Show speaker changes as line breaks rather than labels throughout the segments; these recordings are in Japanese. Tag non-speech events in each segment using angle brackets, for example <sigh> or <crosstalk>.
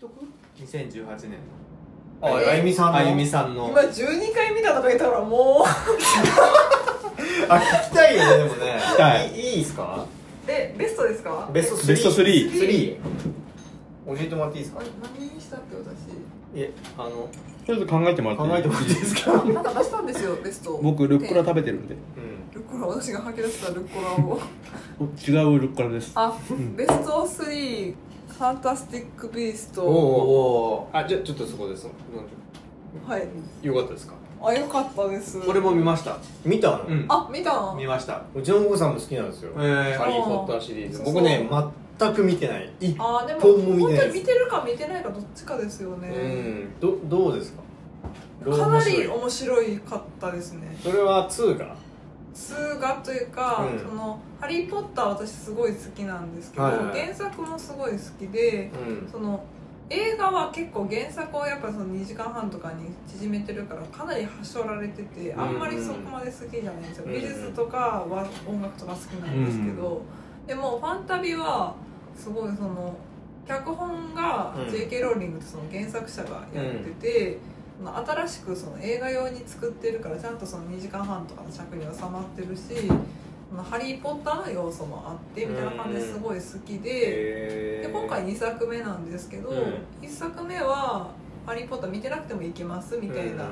とく
2018年
あ
の
あゆみさんの
あゆみさんの
今12回見たとか言ったからもう
あ聞きたいよねでもね
聞きたい
いいいですか
えベストですか
ベスト3
ベスト3
3教えてもらっていいです
あ
か
れ何にしたって
いえあの
ちょっと考えてもらっていい
考えてもらっていいですか
私なんか出したんですよベスト
僕ルッコラ
で
食べてるんで
う
ルッコラ私が吐き出したルッコラを
違うルッコラです
あベスト3ファンタスティック・ビース
ん <laughs> お
ト
おあじゃあちょっとそこですなんて
はい
よかったですか
あよかったです
これも見ました
見たの、
うん
あ見たん
見ました
うちのお子さんも好きなんですよ、
えー
ハリー・ポッターシリー
あ
ズ
ー
僕ね全く見てない一
あーでも
本も見て
本
な
当
い
に
で
見てるか見てないかどっちかですよ
すう
ね、
んどどうですかどう
かなり
面白い
面白いかったですね
それは2が
数がというか、
うん
その「ハリー・ポッター」私すごい好きなんですけど、
はいはい
原作もすごい好きで
うん
その映画は結構原作をやっぱその2時間半とかに縮めてるからかなりはしょられててあんまりそこまで好きじゃないんですよ、
うん
美術とかは音楽とか好きなんですけど、でもファンタビはすごいその脚本が
うん
J.K. ローリングとその原作者がやってて、その新しくその映画用に作ってるからちゃんとその2時間半とかの尺に収まってるし「そのハリー・ポッター」の要素もあってみたいな感じですごい好きで。
え
で今回2作目なんですけど、
うん
1作目は「ハリー・ポッター」見てなくてもいけますみたいな
うん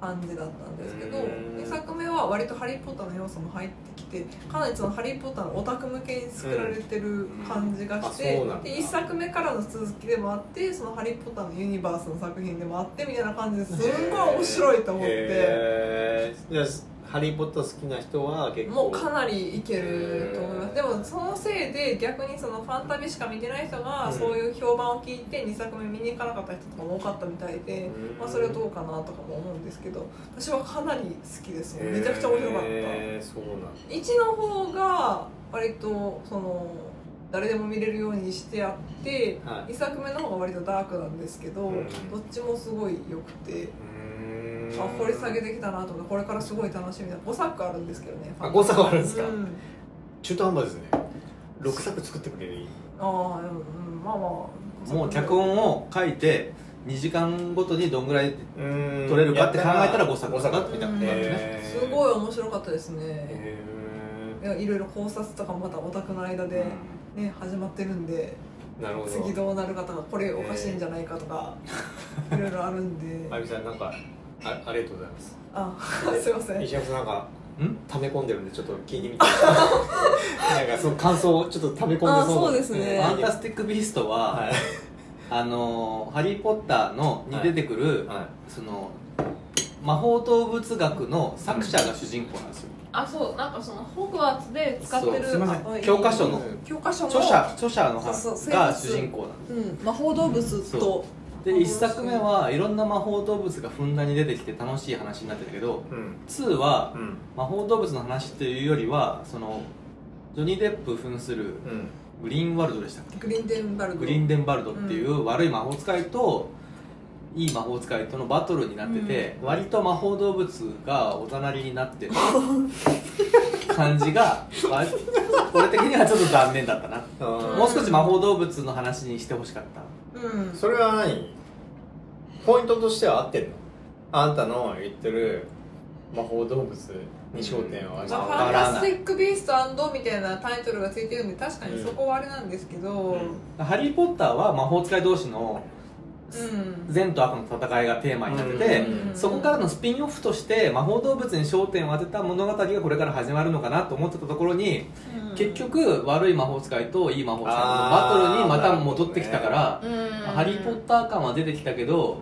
感じだったんですけど、
うん
2作目は割と「ハリー・ポッター」の要素も入ってきてかなりその「ハリー・ポッター」のオタク向けに作られてる感じがして、
うんうんあそうなんだ
で1作目からの続きでもあってその「ハリー・ポッター」のユニバースの作品でもあってみたいな感じですんごい面白いと思って、
えーじゃあハリー・ポッター好きな人は結構
もうかなりいけると思いま
へー
すでもそのせいで逆にそのファンタビしか見てない人が
うん
そういう評判を聞いて2作目見に行かなかった人とかも多かったみたいで、
うん
まあ、それはどうかなとかも思うんですけど私はかなり好きです
へー
めちゃくちゃ面白かった
そうなんだ
1の方が割とその誰でも見れるようにしてあって、
はい
2作目の方が割とダークなんですけど、
うん
どっちもすごい良くて。あ掘り下げてきたなと思ってこれからすごい楽しみだ5作あるんですけどね
あ5作あるんですか、
うん
中途半端ですね6作作ってくれる
ああうんうんまあまあ
もう脚本を書いて2時間ごとにどんぐらい
うん
取れるかって考えたら5作だ
5作
みたいな
う
感
ん
じね
へ
す
ー
ごい面白かったですね
へ
いやいろいろ考察とかもまたオタクの間で、ね、始まってるんで
ーなるほど
次どうなるかとかこれおかしいんじゃないかとか、いろいろあるんで
あゆみさんなんかあありがとうございます
あ <laughs> すいません
石山さんなんか
うん
溜め込んでるんでちょっと聞 <laughs> いてみてなんかその感想をちょっと溜め込んでそう
あそうですね
ファンタ
は
スティック・ビーストは、
い
<laughs> あのーハリー・ポッターの」に出てくる、
は
その魔法動物学の作者が主人公なんですよ、
あそうなんかそのホグワーツで使ってる
そうすいません
あ
教科書の
教科書の
著者著者のは
そうそう
が
生
主
物
人公なんです
うん、魔法動物と
で
あ
1作目はいろんな魔法動物がふんだんに出てきて楽しい話になってたけど
うん
2は
うん
魔法動物の話っていうよりはそのジョニー・デップ扮する
うん
グリーンワルドでしたっけ
グリーンデンバルド
グリーンデンバルドっていう悪い魔法使いといい魔法使いとのバトルになってて、
うん
割と魔法動物がおざなりになってる感じがわ俺的にはちょっと残念だったな
あー
もう少し魔法動物の話にしてほしかっ
うん
それは何ポイントとしては合ってるのあんたの言ってる魔法動物に焦点を当て
まあ、
わ
フ
か
ァン
らない
タスティック・ビーストビーストみたいなタイトルがついてるんで確かにそこはあれなんですけど、
た「ハリー・ポッター」は魔法使い同士の
うん
善と悪の戦いがテーマになってて、
うん
そこからのスピンオフとして魔法動物に焦点を当てた物語がこれから始まるのかなと思ってたところに
うん
結局悪い魔法使いといい魔法使いのバトルにまた戻ってきたから
うん
「ハリー・ポッター」感は出てきたけど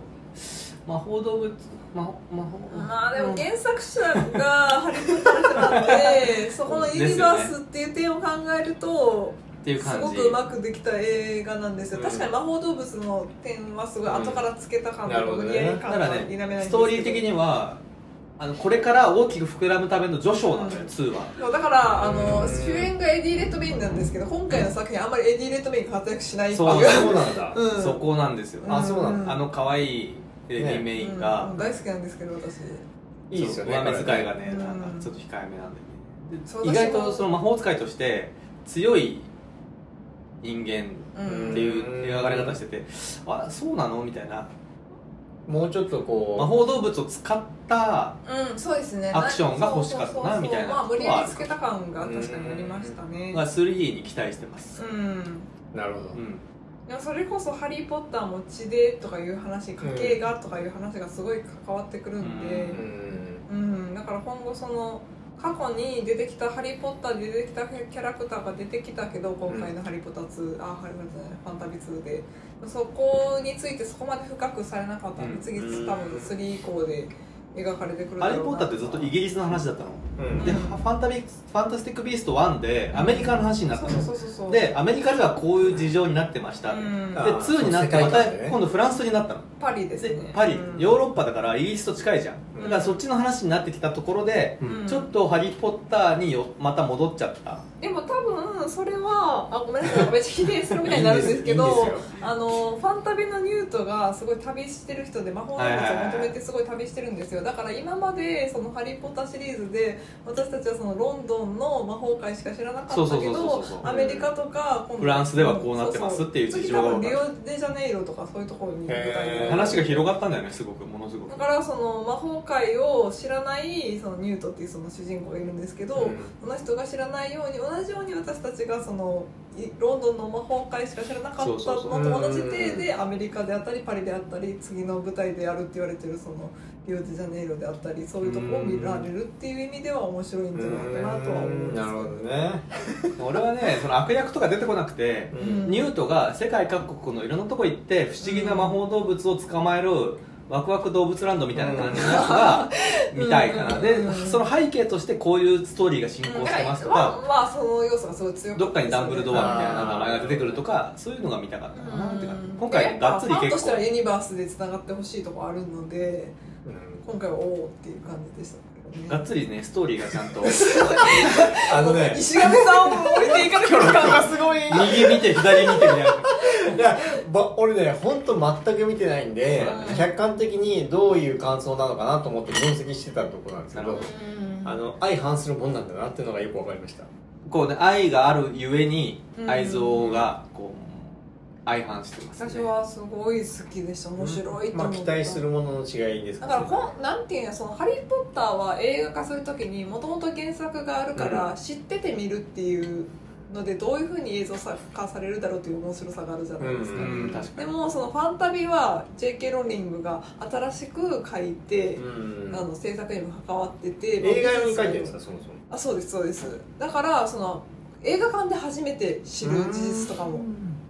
魔法動物魔法魔法
まあでも原作者が「ハリー・ポッター」の人なんでそこのユニバースっていう点を考えると
っていう
す
感
ご
じ
くうまくできた映画なんですよ、
うん
確かに魔法動物の点はすごい後からつけた感
うんなる
と
ほど
無
ね
理やり
だ
感
から
は否めないん
ね
です
ス
けど
トーリー的にはあのこれから大きく膨らむための序章なのよ
うん
2は
そうだからあ
う
の
ん
主演がエディ・レッドメインなんですけど今回の作品あんまりエディ・レッドメインが活躍しないってい
そう
あ
う
そうなんだ
うん
そこなんですよ
あそうなん
あの可愛いエディメイン
う
が
ん大好きなんですけど私
いいですよね
上目遣いがね
うん
なんかちょっと控えめなんだよねで
そう
意外
私
と
も
その魔法使いとして強い人間
うん
っていう描かれ方してて、あそうなのみたいな
もうちょっとこう
魔法動物を使った
うん、そうですね
アクションが欲しかったな
そうそうそうそう
みたいな
まあ無理やりつけた感が確かにありましたね
が 3D に期待してます、
うん
なるほど
うん
でもそれこそ「ハリー・ポッター」も血でとかいう話家系がとかいう話がすごい関わってくるんで、
う
うん
うん、だから今後その過去に出てきた「ハリー・ポッター」で出てきたキャラクターが出てきたけど今回の「ハリー・ポッター2」あハリー・ポッターじゃないファンタビー2でそこについてそこまで深くされなかったんで、
うん
次多分3以降で描かれてくる
ハリー・ポッターってずっとイギ
リ
リスの話だったの、
うん
で
うん
ファンタビファンタスティック・ビースト1でアメリカの話になった
そ
の
うそうそうそうそう
でアメリカではこういう事情になってました、
う
で
ん、
あー
2になって
そう
また
世界観でね
今度フランスになったの
パリです
で
ね
パリ、
うん
ヨーロッパだからイギリスと近いじゃんだからそっちの話になってきたところで、
うん
ちょっと「ハリー・ポッターによ」また戻っちゃった
でも多分それはあごめんなさいめっちゃ否定するみたいになるんですけど
いいんですよ
あのファン旅のニュートがすごい旅してる人で魔法の物を求めてすごい旅してるんですよだから今まで「そのハリー・ポッター」シリーズで私たちはそのロンドンの魔法界しか知らなかった
そうそう
け
そうそう
ど
そう
アメリカとか今度
フランスではこうなってますっていう事情が
そうそう
分か
次
る
多分リオデジャネイロとかそういうところに
へー
話が広がったんだよねすごくものす
<laughs>
ごく
だからその魔法界を知らないそのニュートっていうその主人公がいるんですけど、
うん
その人が知らないように同じように私たちがそのいロンドンの魔法界しか知らなかった
そ
の
うそう
と
そう
同じ
う
体
んうん
でアメリカであったりパリであったり次の舞台でやるって言われてるそのリオデジャネイロであったりそういうところを見られるっていう意味では面白いんじゃないかなとは思うんですけど
なるほどね
俺はねその悪役とか出てこなくて、
うん
ニュートが世界各国のいろんなとこ行って不思議な魔法動物を捕まえるワクワク動物ランドみたいな感じのやつが見たいかな、
うん
でその背景としてこういうストーリーが進
うん
行
だ
し
か
て
ら
ますと
ま
か
あ、まあその要素がすごい強か
どったか
です
に
よね
ダンブルドアみたいな名前が出てくるとかそういうのが見たかったかなって感じ
うん
今回がっつり
やぱファンとし
結
たらユ
構
ニバースでつながってほしいとこあるので
うん
今回はおおっていう感じでしたけどね
がっつりねストーリーがちゃんと
あのね
石神さんを置いていかれてる感がすごい
右見て左見てみたいない
やば俺ね本当全く見てないんで
うん
客観的にどういう感想なのかなと思って分析してたところなんですけ
なる
ど
ほ
あの相反するもんなんだなっていうのがよくわかりました
こうね愛があるゆえに
うん
愛憎がこう相反してますね
私はすごい好きでした面白いと思
ま
った、
あ期待するものの違いです
だからこんなんていうんやその「ハリー・ポッター」は映画化するときにもともと原作があるから知ってて見るっていうのでどういうふうに映像化されるだろうという面白さがあるじゃないですか、
うん確か
で
に
もその「ファンタビ」は J.K. ローリングが新しく書いて、
うん
あの制作にも関わってて
映画用に書いてるんですかそもそも
あそうですそうですだからその映画館で初めて知る事実とかも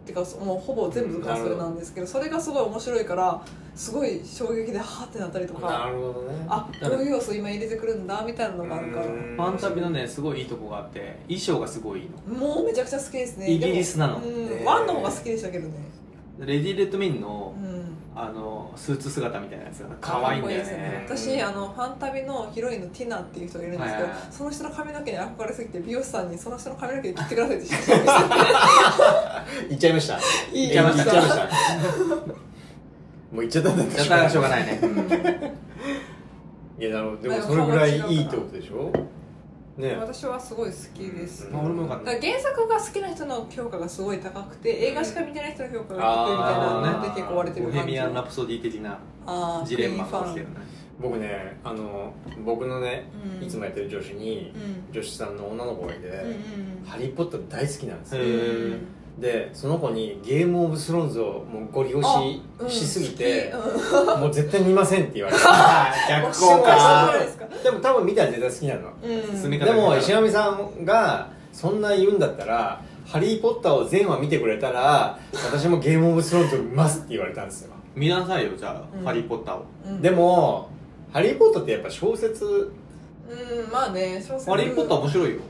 てかもうほぼ全部がそれなんですけどそれがすごい面白いからすごい衝撃でハーってなったりと
な
か
るほどね
あこういう要素今入れてくるんだみたいなのがあるから
うん
ファンタビのねすごいいいとこがあって衣装がすごいいいの
もうめちゃくちゃ好きですね
イギリスなの
でもうん
えー
ワンの方が好きでしたけどね
レディ・レッド・ミンの
うん
あのスーツ姿みたいなやつが可愛いんだよね
かっこいいです私あのファンタビのヒロインのティナっていう人がいるんですけど、
はいはいはい
その人の髪の毛に憧れすぎて美容師さんにその人の髪の毛切ってくださいって指示して
行っちゃいました
いい
行っちゃい
<laughs>
ま
行っちゃいま
し
した
もう行っちゃったんだ
じゃあたらしょうがない
<laughs>
ね
<laughs>
いやなるほどでもそれぐらいいいってことでしょね
私はすごい好きです、
うん
まあ俺もよかっ
だ
た
から原作が好きな人の評価がすごい高くて映画しか見てない人の評価が低いみたいなので結構割れてる
ボ
感じ
ヘミアン・ラプソディ的な
あー
ジレンマが起き
ク
て
イー
る
ン
ね
僕ねあの僕のね
ファンうん
いつもやってる女子に
うん
女子さんの女の子がいて
うんうん
「ハリー・ポッター」大好きなんです
へ
よ
うん
ー
でその子に「ゲーム・オブ・スローンズ」をもうゴリ押し
うん
しすぎて
好きうん
「もう絶対見ません」って言わ
<laughs>
れて
逆
失敗
効
したじゃ
果
ないですか
でも多分見たら絶対好きなの
うん
進み方
でも石上さんがそんな言うんだったら「ハリー・ポッター」を全話見てくれたら私も「ゲーム・オブ・スローンズ」を見ますって言われたんですよ
見なさいよじゃあ
う
「
ん
ハリー・ポッター」を
うん
でも「ハリー・ポッター」ってやっぱ小説
うんまあね小
「
説
ハリー・ポッター」面白いよ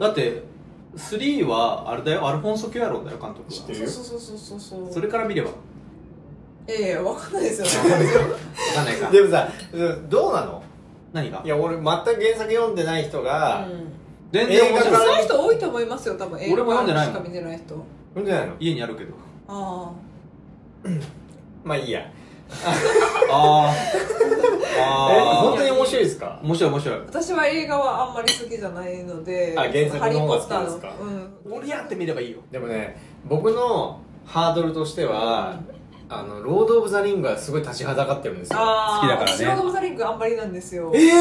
だって3はあれだよアルフォンソ・キュアロンだよ監督
知って
は
る
そうそうそうそうそう
それから見れば
いやいやわかんないですよ
分かんないか
でもさどうなの
何が
いや俺全く原作読んでない人が
うん
全然面
映
でも
画か
白い
そうい
ら
う人多いと思いますよ多分映
俺も読んでない
画
も
し
ん
か見てない人
読んでないの
家にあるけど
ああ
まあいいや
ああ
<laughs> え
あ
本当に面白いですか
あ面白い面白い
私は映画はあんまり好きじゃないので
あ原作の
ハリー・
方
ポ
が
ッターの
好きなんです
うん
俺やってみればいいよ
でもね僕のハードルとしてはあのロード・オブ・ザ・リングはすごい立ちはだかってるんですよ
あー
好きだから
私
ね
ロード・オブ・ザ・リングあんまりなんですよ
ええ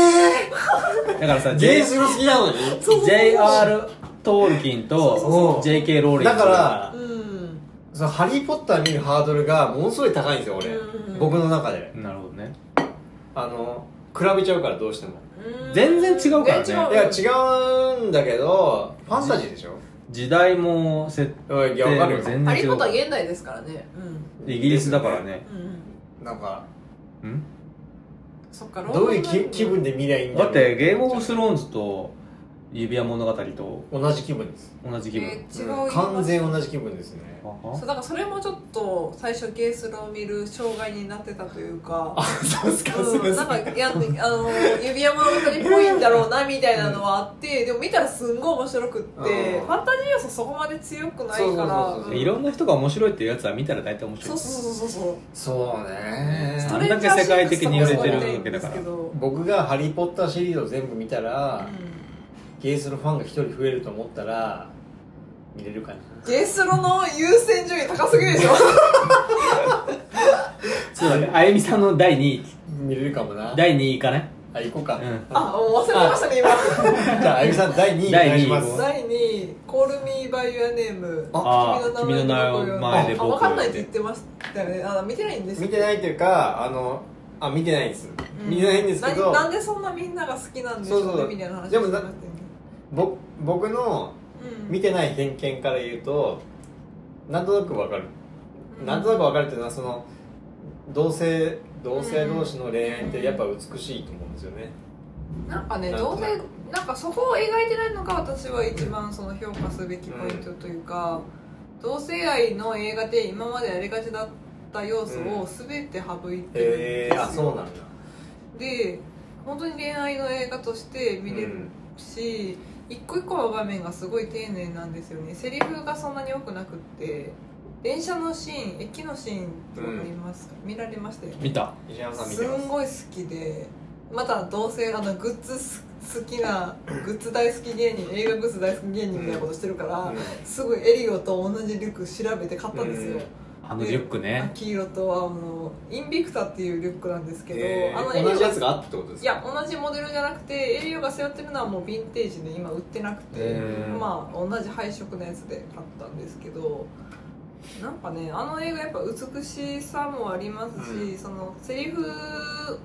だからさ
ー、ゲー
J-
スの好きなのに
J.R. トールキンと
そうそうそう
J.K. ローリング
だから
うん
そのハリー・ポッター見るハードルがものすごい高いんですよ俺、
うん
僕の中で
なるほどね
あの比べちゃうからどうしても
うん
全然違うからね
全然
いや違うんだけどファンタジーでしょ
時代も設
うんい
定
やわかる
も
よ
全
ハリ
然違
ー・ポ
う
ッターは現代ですからねう
イギリスだからね
んうん
なんか
ん
そっか
どういう気気分
で
で見りゃいいんだ
だ
ろ
っ
う
てゲームオブスローンズと指輪物語と
同じ気分です
同じ気分
えー違う言い
ん
ます
完全同じ気分ですね
あ
そう
は
だからそれもちょっと最初ゲースロを見る障害になってたというか
そうす
うん、なんかやあの指輪物語っぽいんだろうなみたいなのはあって、でも見たらすんごい面白くって、
う
フ
ん
ァンタジー要素そこまで強くないか
そうそうそう
ら
そう
うん
いろんな人が面白いっていうやつは見たら大体面
そ
白
う
い
そうそうそう
そうね
ス
そ
ト
れ
レンジャーシックスとかそう
あんだけ世界的に売れて
るわけだから
そうなんです
僕が「ハリー・ポッター」シリーズを全部見た
け
ら、
ど
ゲイスのファンが一人増えると思ったら見れるかな
うんゲースロの優先順位高すぎるでしょ
そうだねあゆみさんの第2位
見れるかもな
第2位かね
あ行こうか、
うん
あもう忘れてましたね今
<laughs> じゃああゆみさん第2位お願いしま
第二位
す
第2位「Call Me by Your Name」
あ
の
君の名前で
あ
僕
分かんないって言ってましたよねあ見てないんですよ
見てないというかあのあ見てないんです、
うん
見てないんですけど
ななんでそんなみんなが好きなんでしょ
そう
う
そう
ねみたいな話
でもな
してま
ぼ僕
し
の
たよねうん
見てない偏見から言うとなんとなくわかる、
うん
なんとなくわかるっていうのはその同性同性同士の恋愛ってやっぱ美しいと思うんですよね、
なんかね
なんと
同
なく
性なんかそこを描いてないのが私は一番その評価すべきポイントというか、同性愛の映画で今までやりがちだった要素を全て省いてるん
へ
で
えあ
す
そう
よ、
なんだ
で本当に恋愛の映画として見れるし、一個一個の場面がすごい丁寧なんですよねセリフがそんなに多くなくって電車のシーン駅のシーンってわかりますか、見られましたよね
見た
うん、石山さん見
す
てま
ん
す
ごい好きでまたどうせあのグッズす好きなグッズ大好き芸人映画グッズ大好き芸人みたいなことしてるから、
う
すぐエリオと同じリュック調べて買ったんですよ、
あのリュックね
黄色とはあのインビクタっていうリュックなんですけど、
え
あの
ー、同じやつがあったってことです
い
か
や同じモデルじゃなくてエリオが背負ってるのはもうヴィンテージで今売ってなくて、
えー
まあ同じ配色のやつで買ったんですけどなんかねあの映画やっぱ美しさもありますし、
うん
そのセリフ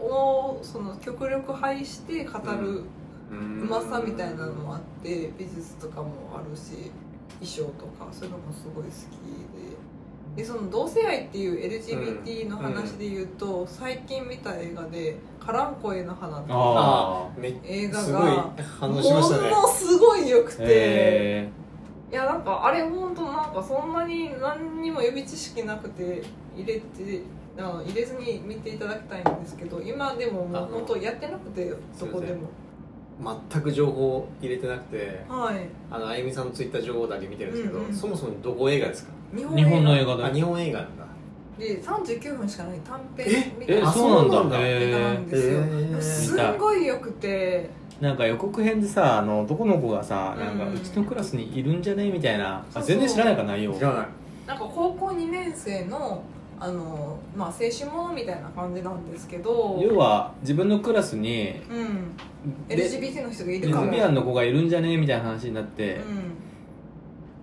をその極力排して語る
う
うまさみたいなのもあって美術とかもあるし衣装とかそういうのもすごい好きででその同性愛っていう LGBT の話で言うと、最近見た映画で「カランコエの花」っていう
あ
あめっ
映画
すごい
が
反応しましたね
ほんのすごい良く
あ
て。
へ
いやなんかあれ本当なんかそんなに何にも予備知識なくて入れてあの入れずに見ていただきたいんですけど今でもも
あ
う本当やってなくてどこでも
全く情報入れてなくて
はい
あのあゆみさんのツイッター情報だけ見てるんですけど、
うんうん
そもそもどこ映画ですか
日
ー日本の映
画
画だ
あ日本映画なんだ
で39分しかない短編
え
みたい
え
な
そう
あ
な
そうんな
だ
んだ
映画な
へ
んですよ、
えー
すんごい良くて
ーなんか予告編でさあの男の子がさなんか
うん
うちのクラスにいるんじゃねみたいな
そ
あ
うそう
全然知らないか内容
知らない
なんか高校2年生のあの、まあ、青春ものみたいな感じなんですけど
要は自分のクラスに
うん
で
LGBT の人がい
レ
るか
ズ
も
ビアンの子がいるんじゃねみたいな話になって、
う
っ
ん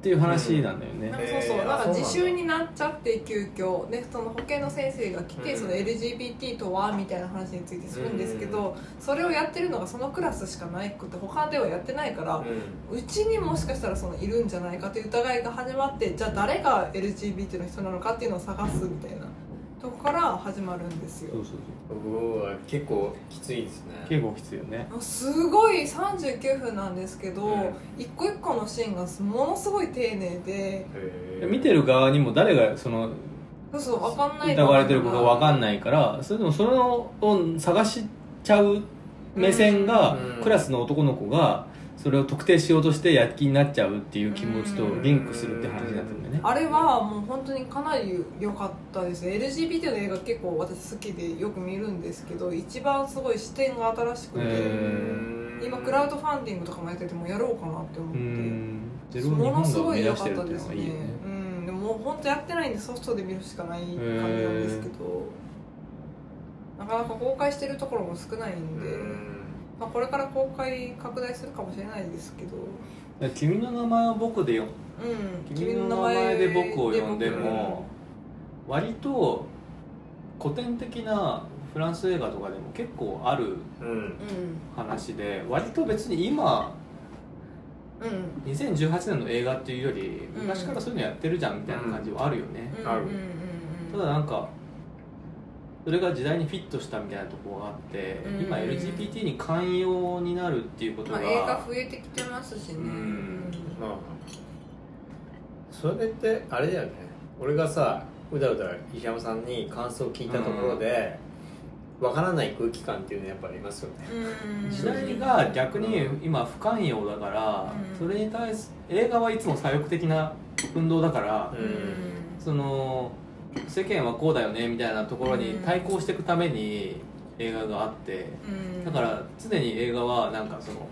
ていう話なんだよね、
なん
へ
か
ー
そうそう、
あ
なんか
そうなんだ
自習になっちゃって急遽でその保健の先生が来て、
うん
その LGBT とはみたいな話についてするんですけど、それをやってるのがそのクラスしかないくて他ではやってないから、うちにもしかしたらそのいるんじゃないかという疑いが始まってじゃあ誰が LGBT の人なのかっていうのを探すみたいなとこから始まるんですよ
そうそう
うんうわ結構きついですね
そう結構きついよね
もうすごい39分なんですけど、
うん
一個一個のシーンがものすごい丁寧で
へー
見てる側にも誰がその
そうそう分かんない
疑われてる子が分かん
い
ないからそれでもそれを探しちゃう目線が
うん
クラスの男の子がそれを特定しようとしてやっきになっちゃうっていう気持ちとリンクするって話になってるんだよね
あれはもう本当にかなり良かったですね LGBT の映画結構私好きでよく見るんですけど一番すごい視点が新しくて、
へ
今クラウドファンディングとかもやっててもやろうかなって思
う
っ
ん
て、
ゼロを日
ものす
本が
ごい
目指
良
し
か
て
ったで
るっていうの
す
が
ね
いいよね
うんでももう本当やってないんでソフトで見るしかない感じなんですけどなかなか公開してるところも少ないんで、まあ、これから公開拡大するかもしれないですけど
だから君の名前は僕でよ
うん
君の名前で僕を呼んでも割と古典的なフランス映画とかでも結構ある
うん
う
話で割と別に今
んうん
2018年の映画っていうより
うん
昔からそういうのやってるじゃんみたいな感じはあるよね、
うん
ある
うんうん
ただなんかそれが時代にフィットしたみたいなところがあって、
うん
今 LGBT に寛容になるっていうこと
ま
が、
あ映画増えてきてますしね
うん
まあそれってあれだよね俺がさうだうだ石山さんに感想を聞いたところでわからない空気感っていうのはやっぱありますよね
うん
時代が逆に今不寛容だから、
うん
それに対す映画はいつも左翼的な運動だから、
うん
その世間はこうだよねみたいなところに対抗していくために映画があって、
うん
だから常に映画はなんかその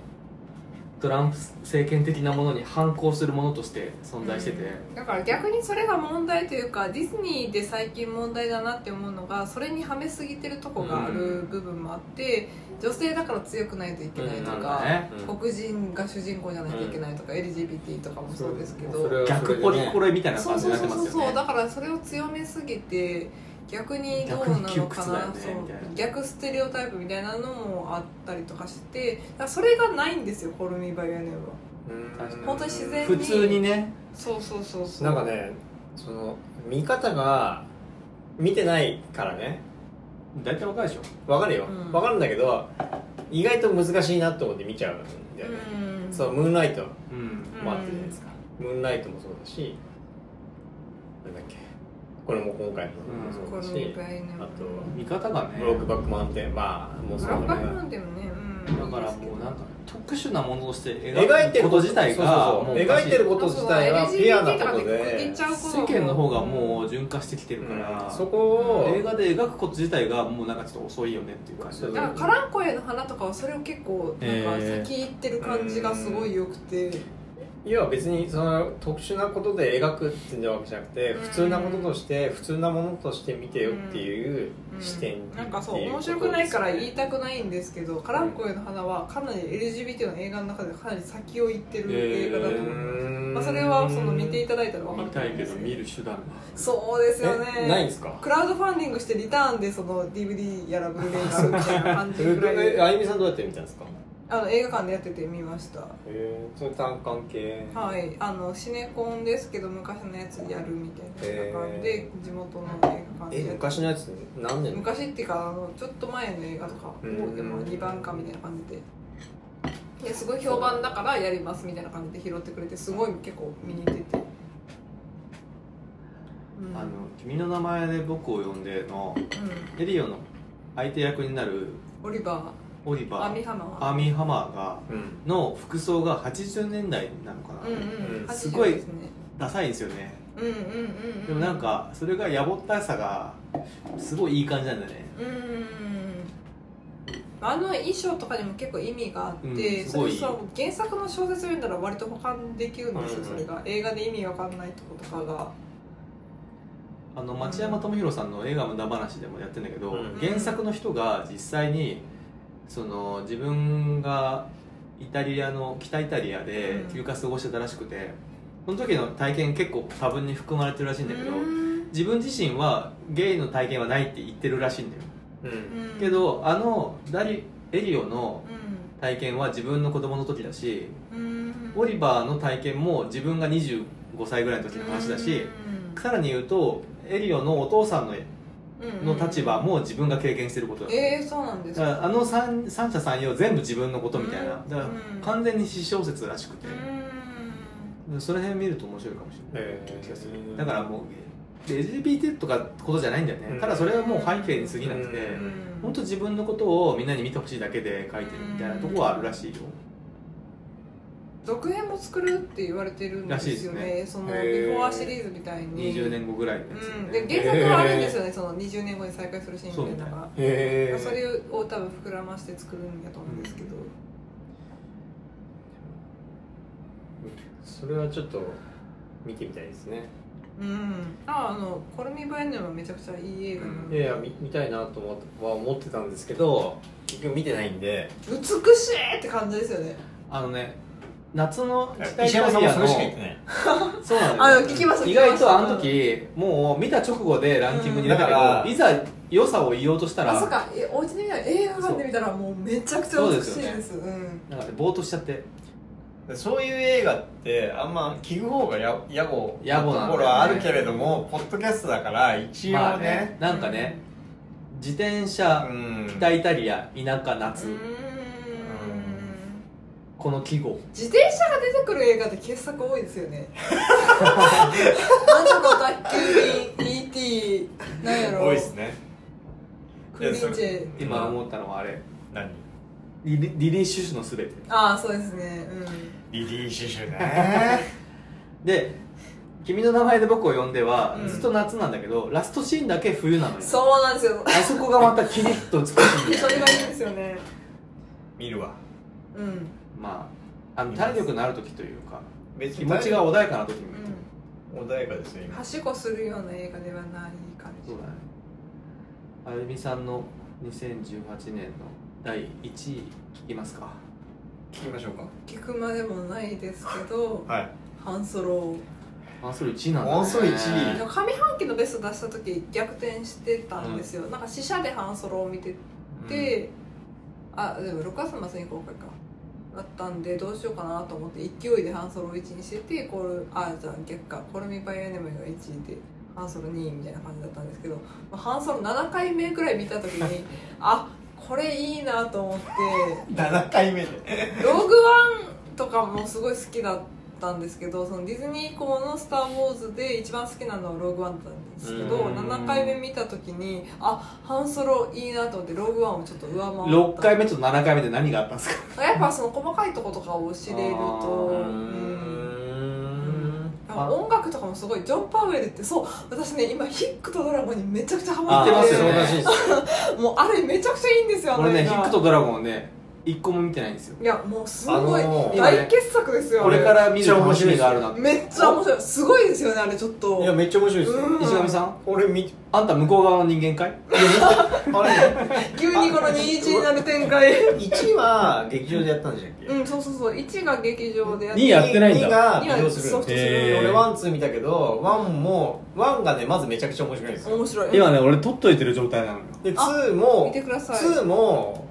トランプ政権的なものに反抗するものとして存在してて、
うんだから逆にそれが問題というかディズニーで最近問題だなって思うのがそれにはめすぎてるとこがある部分もあって、女性だから強くないといけないと
うんなん
か
か、ね
うん
黒人が主人公じゃないといけないとか、LGBT とかもそうですけど
それは
逆ポリコレみたいな
そう
感
そ
じに
う
なっ
そ
て
う
ますよね
そうだからそれを強めすぎて逆にどうなの
逆に窮
か
屈だ
な
よね
そう
みたいな
逆ステレオタイプみたいなのもあったりとかしてだからそれがないんですよ「コルミバイアネは
うん
本当に自然
普通にね
そうそうそうそう
なんかねその見方が見てないからね
大体わかるでしょ
わかるよ、
うん
わかるんだけど意外と難しいなと思って見ちゃうんだよね、
うん
そうムーンライト
うん
もあったじゃないですか、ムーンライトもそうだしなんだっけこれも今回のも
コ
そ
ル
うだし、
ミバイアネ
あと
見方がね
ブロックバックマウンテンまあもう
ブ
そう
ラック
だ
バイ
けど
アネでもね、うん、
だからもうなんか特殊なものとして
描
描
いて
く
る
こと自体が
そうそうそう
もうおかし
描いてること自体はピュアなこと
そうそう LGBT とかって言
で
っちゃうことも
世間の方がもう潤化してきてるか
うん
ら
そこを
映画で描くこと自体がもうなんかちょっと遅いよねっていう感じだ
そう
だ
だ
からカランコエの花とかはそれを結構なんか先行ってる感じがすごい良くて、
要は別にその特殊なことで描くっていうわけじゃなくて
うん
普通なこととして普通なものとして見てよっていう
うん
視点ってい
なんかそう面白くないから言いたくないんですけど「カランコエの花」はかなり LGBT の映画の中でかなり先を行ってる映画だと思う、まあ、それはその見ていただいたら分か
見
ると
た
思う
い
んで
けど
す
見
ど
る手段が
そうですよね
えないんですか
クラウドファンディングしてリターンでその DVD やらブルーレイがあるみたいな感じ
それ
ぐ
ぐ
らい
らい
で
あゆみさんどうやって見たんですか
あの映画館でやってて見ました
ええそれ単関系
はいあのシネコンですけど昔のやつやるみたいな映画館で
へ
地元の映画館で
え
やって
昔のやつ何年
昔っていうかあのちょっと前の映画とかをで
うん
も2番かみたいな感じでですごい評判だからやりますみたいな感じで拾ってくれてすごい結構見に行ってて、うん、
あの「君の名前で僕を呼んで」の
うん、
エリオの相手役になる
オリバ
オ
ー
リ
ア
バ
ーミ
ー
ーハマー
アーミーハマーが
うん
の服装が80年代なのかな、
うんうん、
うん
すごい
80ですね
ダサいんですよね
うんうんうんうん
でもなんかそれがやぼったさがすごいいい感じなんだよね
うんうんうんうんあの衣装とかにも結構意味があって、
うんす
そ
ごい
れそう原作の小説読んだら割と保管できるんですよ、それが映画で意味わかんないとことかが
あの町山智博さんの映画「無駄話」でもやってんだけど、
うん
原作の人が実際にその自分がイタリアの北イタリアで
うん
休暇過ごしてたらしくてその時の体験結構多分に含まれてるらしいんだけど、
うん
自分自身はゲイの体験はないって言ってるらしいんだよ、
うん
うん
け、どあのダリエリオの
う
体験は自分の子供の時だし
んうん、
オリバーの体験も自分が25歳ぐらいの時の話だし、さらに言うとエリオのお父さんの
うん
の立場も自分が経験してることだ,、
ええそうなんです
だからあの三三者三様全部自分のことみたいな、
うん
だから
うん
完全に私小説らしくて
う、ん
その辺見ると面白いかもしれない、
へー
気がするだからもう LGBT とかことじゃないんだよね、ただそれはもう背景に過ぎなくて、
うん
うん
本当自分のことをみんなに見てほしいだけで書いてるみたいなとこはあるらしいよ、
続編も作るって言われてるんですよね
らしい
そのビ
へ
フ
ー
ォアシリーズみたいに
20年後ぐらいのやつ
うん、
だ
で
よね
原作はあるんですよね、その20年後に再開するシーンみたいなのが
へえ
それを多分膨らまして作るんだと思うんですけど、
それはちょっと見てみたいですね
うん、ああの「コルミバイネム」はめちゃくちゃいい映画なの
い
で、
やいや見見たいなと思っては思ってたんですけど結局見てないんで
美しいって感じですよね
あのね夏の時代
石山さんもそれしか言って
の
ない
そうなんだ
あ聞きました
意外
聞きまし
と
た
あの時もう見た直後でランキングに出たけど
うんだから
いざ良さを言おうとしたら
あそっかえお家で見たら映画館で見たらもうめちゃくちゃ美しいです
そうで
うん
なんかねぼーっとしちゃって
そういう映画ってあんま聞く方がや野
野暮な
暮
んだよね
なところはあるけれども、ポッドキャストだから一応ね,、
まあねなんかね自転車
うん
北イタリア田舎夏、
うん
この季語
自転車が出てくる映画って傑作多いですよね魔女の宅急便 E.T. なんやろ
多いですね
クリンチェ
今思ったのはあれ
何
リリリリー・シュシュのすべて
ああそうですねうん
リリー・シュシュね
で「君の名前で僕を呼んでは」
うん
ずっと夏なんだけどラストシーンだけ冬なのよ
そうなんですよ
あそこがまたキリッと美しいんだ
そ
よ
れ
ね
がいいんですよね
<laughs> 見るわ
うんうん
まああの体力のある時というか
別
気持ちが穏やかな時に
穏やかですよ今
はしごするような映画ではない感じ
そうだねあゆみさんの2018年の第1位聞きますか
聞きましょうか
聞くまでもないですけど
はい
ハンソロ
あそれ1位なんだ、ね、
あそれ1位
上半期のベスト出した時逆転してたんですよ、なんか試写でハンソロを見てて、あでも6月末に公開かだったんでどうしようかなと思って勢いでハンソロを1にしててコールあじゃあ逆かコールミバイアネムが1でハンソロ2みたいな感じだったんですけど、まあ、ハンソロ7回目くらい見た時にあこれいいなと思って
7回目で
ログワンとかもすごい好きだったんですけどそのディズニー校の「スター・ウォーズ」で一番好きなのはログワンだったんですけど
うん
7回目見た時にあハンソロいいなと思ってログワンをちょっと上回った
6回目と7回目で何があったんですか
やっぱその細かいとことかを知れるとう
あー
ん
ん
なんか音楽とかもすごいジョン・パウエルってそう私ね今ヒックとドラゴンにめちゃくちゃハマ
あ
っ
ー
て
言ってますよね
そうらしいですよ
もうあれめちゃくちゃいいんですよあの
俺ね
映
ヒ
画
ックとドラゴンをね1個も見てないんですよ
いやもうすごい
あのー
大傑作ですよあ
これから見る楽しみがあるな
めっちゃ面白いすごいですよねあれちょっと
いやめっちゃ面白いですよ、
うん
石上さん
俺見
あんた向こう側の人間かい
あれ
急にこの21になる展開
1は劇場でやったんでしたっけ、
うんそうそうそう1が劇場でやっ
二
て
やってないんだ
2が
二は
移動する
ソフトする
へー俺ワンツー見たけどワンもワンがねまずめちゃくちゃ面白いんですよ
面白い
今ね俺取っといてる状態なのよ
でツ
あ
ーも
見てください
ツーも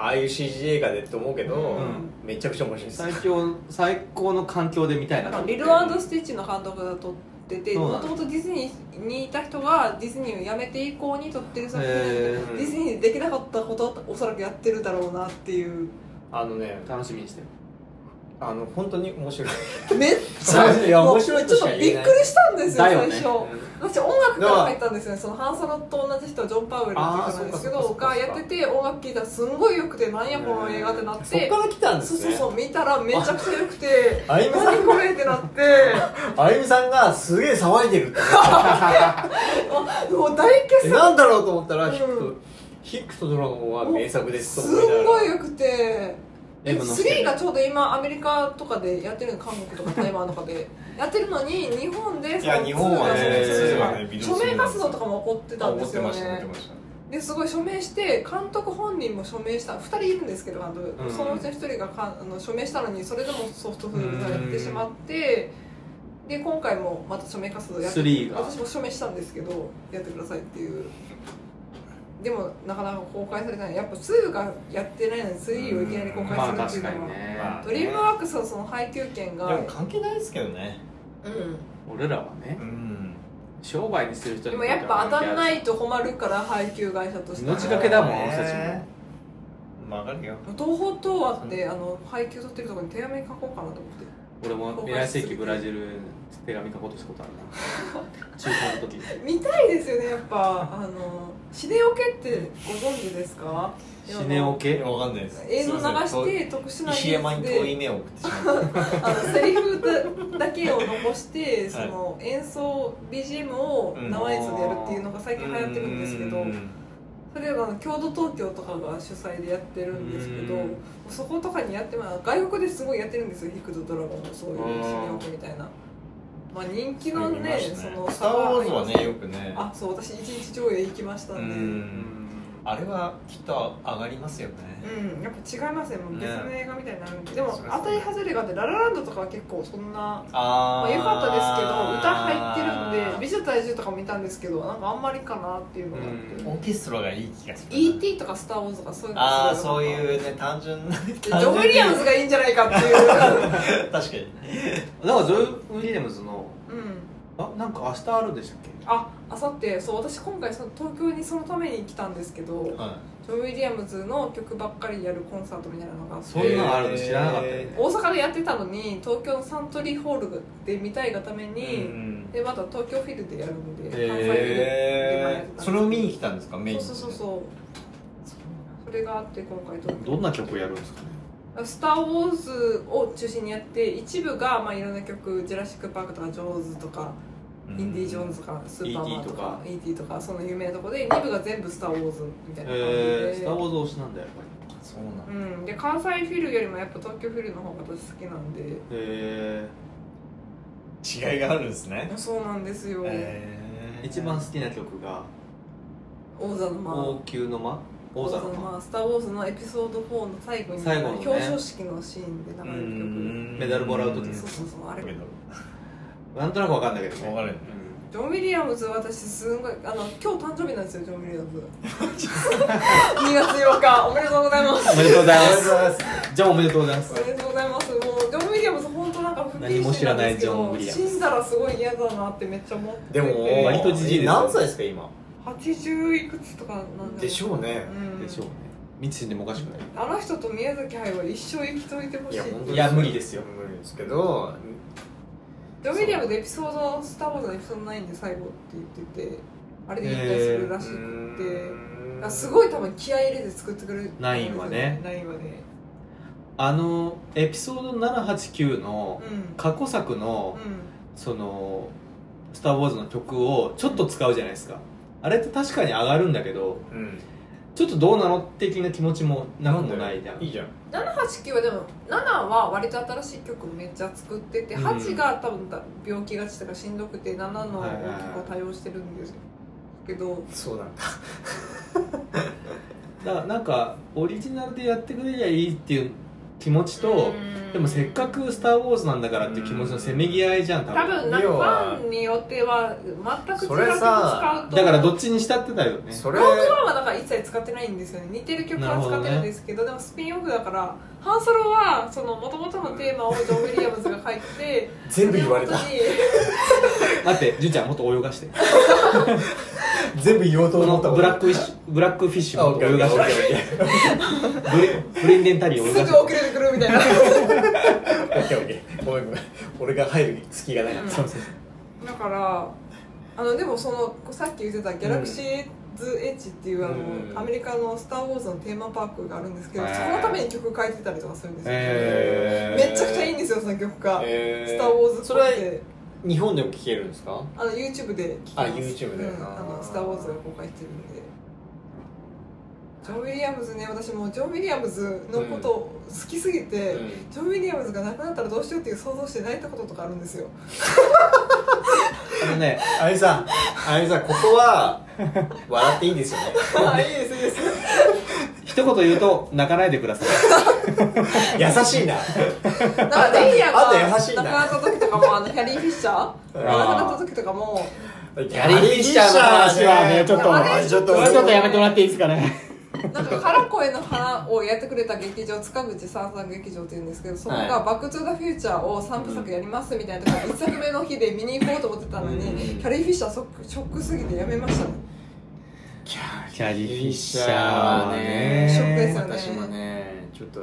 ああいう CG 映画でって思うけど、
うん
めちゃくちゃ面白いです
最強最高の環境で見たいなと
なん
思
か
って
リルスティッチの監督が撮ってて
そう
も
なんだ
ともとディズニーにいた人がディズニーを辞めて以降に撮ってる作品なんで
へ
デ
ー
ィズニーでできなかったことはおそらくやってるだろうなっていう
あのね
楽しみにしてる
あの本当に面白い
めっちゃ
いや
もう
面白いと
ち
し
ょっ
か
と
言
び
え
っ
ない
くりしたんですよ
だよね
最初私音楽から入ったんですよねそのハンサロと同じ人ジョン・パウエルっていう人なんですけ
あー
ど
そうかそうかそうか
がやってて音楽聴いたらすんごいよくてなんやこの映画ってなっ
そってから来たんで
そう
す
そう
ね
そう見たらめちゃくちゃよくて
あゆみさ
何これってなって
んあゆみさんがすげえ騒いでるって
もう大傑
えなんだろうと思ったら
うん
ヒックと、ヒックとドラゴンは名作です
作
と
す
思いなが
ん
ら
ごいよくて
エブの人
3がちょうど今アメリカとかでやってるの韓国とか台湾とか
<laughs>
でやってるのに日本でその
いや日本はね
2が
そうですよね
署名活動とかも起こってたんですよ
思ってました思っ
ね
てました
ですごい署名して監督本人も署名した2人いるんですけど監督、
うん
そのうちの1人がかあの署名したのにそれでもソフトフードされてしまってで今回もまた署名活動やって
3が
私も署名したんですけどやってくださいっていうでもなかなか公開されてないやっぱ2がやってないのに3をいきなり公開
まあ
するって
確か
いうの
に
は、
ね、
まあ
ドリームワークスはその配給権が
でも関係ないですけどね
うん
俺らはね
うん
商売にする人
で
に
もやっぱ当たん
い
ないと困るから配給会社として
命がけだもん
ね
俺たちも
曲がるよ
東宝東亜ってあの配給取ってるとこに手紙書こうかなと思って
俺も未来世紀ブラジル手紙書こうとしたことある <laughs> な中高の時
見たいですよねやっぱあのシネオケってご存知ですか
シネオケ
わかんないです
映像流して特殊な
石山に遠い
で
目を送ってしまう
<laughs> あのセリフだけを残してその演奏 BGM を生演奏でやるっていうのが最近流行ってるんですけどそれはあの郷土東京とかが主催でやってるんですけど
うん
そことかにやってます外国ですごいやってるんですよ「ヒクドドラゴン」のそういうシネオケみたいな。まあ人気のねその
スター・ウォーズはねよくね
あそう私一日上映行きました
うん
でうん、
んあれはきっと上がりますよね
やっぱ違いますねもう別の映画みたいになるんで、でも
そりゃそう
当たり外れがあってララランドとかは結構そんなま
あ
あ、
ー
良かったですけど歌入ってるんで「美女と野獣」とかも見たんですけどなんかあんまりかなっていうのがあって、
オーケストラがいい気がするな
E.T. とか「スター・ウォーズ」とかそういうの
ああ
すご
そう
いなんか
いうね単純な <laughs>
ジョブ・ウィリアムズがいいんじゃないかっていう、
確かに
だからジョブ・ウィリアムズの
うん、
あなんか明日あるんでしたっけ
ああさってそう私今回その東京にそのために来たんですけどジ
は
ョブ・ウィリアムズの曲ばっかりやるコンサートみたいなのがあって
そんなのあるの知らなかったよね
え
大阪でやってたのに東京のサントリーホールで見たいがため
い
に、
うん
でまた東京フィルでやるので、関西フィルで今やっ
へ
てたんで
ー
す
それを見に来たんですかメイン
そうそうそう
う
そうそれがあって今回東京
どんな曲をやるんですかね
スター・ウォーズ」を中心にやって一部がまあいろんな曲「ジュラシック・パーク」とか「ジョーズ」とか「インディ・ジョーンズ」とか「スーパーマン」とか「E.T.」とかその有名なとこで二部が全部「スター・ウォーズ」みたいな感じ
えー、スター・ウォ
で。
ーズ推しなんだやっぱり
そうなんだ
うん、で関西フィルよりもやっぱ東京フィルの方が私好きなんで
え
違いがあるんですね
そうなんですよ「
え
ー、
ー
一番好きな曲が
王座の
「
間」
王宮の間」王座の間
スター・ウォーズ」のエピソード4の最後に
最後のね
表彰式のシーンで流
う
れる曲
ん
メダルもらう時
ん
です
そうそうそうあれ
だけど
なんとなくわかんないけどね
わかるよね
ジョン・ウィリアムズ私すんごいあの今日誕生日なんですよジョン・ウィリアムズ2月8日おめでとうございます
おめでとうござい
あ
ま
りがとうござ
す
います
<laughs> じゃあおめでとうござい
お
ます
めでとうございますもうジョン・ウィリアムズ本当なんか不
何も知らないジョンウィリアムズ
死んだらすごい嫌だなってめっちゃ思ってて
でも
割とじじいですよ
何歳ですか今
80いくつとかなんだろう
でしょうね
うん
でしょうね三つ死んでもおかしくない
あの人と宮崎駿は一生生きといてほしいって
当にいや無理ですよ
無理ですけど
ジョン・ウィリアムズエピソード「スター・ウォーズ」のエピソード9で最後って言っててあれで引退するらしくって、あす
い
ごい多分気合い入れて作ってくれる
ナインはね
ナインはね
あのエピソード789の
うん
過去作の
う
その「スター・ウォーズ」の曲をちょっと使うじゃないですかあれって確かに上がるんだけど
うん
ちょっとどうなの的な気持ちもなくも
だ
な
よ
いじゃん
いいじゃん
ん、789はでも7は割と新しい曲めっちゃ作ってて
うん
8が多分だ病気がちとかしんどくて7の結
はいはいはい
構対応してるんですよけど
そうなんだ
だからなんかオリジナルでやってくれりゃいいっていう気持ちとでもせっかく「スター・ウォーズ」なんだからっていう気持ちのせめぎ合いじゃん多
多
分
分なんか
要
フ
は
ァンによっては全く違う
そ
曲
れ
使
さ
うと
だからど
っ
っちにしたってだよね
そ
ロ
れ
ークワンはだから一切使ってないんですよね似てる曲は使ってるんですけどでもスピンオフだからハンソロはその元々のテーマをジョン・ウィリアムズが書いて
全部言われた
そを元に
待って純ちゃんもっと泳がして
全部言おうと
こ
思
の
った
ブラックフィッシュブラックフィッシュもっと泳がしてブレブレンデンタリー泳
す
が
ぐ
し
遅れてくるみた
<laughs>
いな
ごめんごめん俺が入る隙がなかった
だからあのでもそのさっき言ってた「ギャラクシーズ・エッジ」っていうあの、
うん
アメリカの「スター・ウォーズ」のテーマパークがあるんですけど、
はい
そこのために曲書いてたりとかするんですよ、
え
めちゃくちゃいいんですよその曲が「
えー
スター・ウォーズ」
それは日本でも聴けるんですか
あの YouTube で聴きます
あ YouTube で
うん、あのスター・ウォーズが公開してるんでジョン・ウィリアムズね私もうジョン・ウィリアムズのこと好きすぎて、
うん
ジョン・ウィリアムズが亡くなったらどうしようっていう想像して泣いたこととかあるんですよ
あのね
あゆみさんあゆみさんここは笑っていいんですよね
<laughs> あいいですいい <laughs> です
一言言うと泣かないでください
優しいな
だからレイヤーが
あんた優しい
亡
な
くなった時とかもあのキャリー・フィッシャーが亡くなった時とかも
ギ
ャリーフィッシャーの話はねちょっと
あれちょっと
ちょっとやめてもら
っていいですかね
なんか「カラコエの花」をやってくれた劇場塚口三三劇場っていうんですけどそこが「
は
バック・トゥ・ザ・フューチャー」を3部作やりますみたいなとか1作目の日で見に行こうと思ってたのに
うん
キャリー・フィッシャーショックショックすぎてやめましたね
キャ
キャリーフィッシャーはね
ショックですよね
私もねちょっと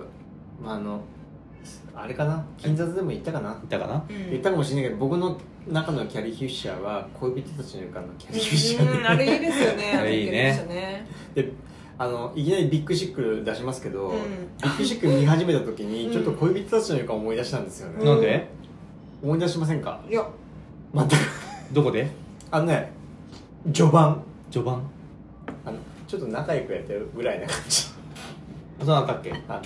まああのあれかな金雑でも行ったかな
ったかな
言ったかもしれないけど僕の中のキャリー・フィッシャーは恋人たちの予感のキャリー・フィッシャーで,、
うんあれいいですよね
あれいいね
あれね
であのいきなりビッグシック出しますけど、
うん
ビッグシック見始めた時に
うん
ちょっと恋人たちの予感を思い出したんですよね、
うん
なんで
思い出しませんか
いや
全く
どこで
あのね序盤
序盤
あのちょっと仲良くやってるぐらいな感じ
そうなんだっけ
あったあっ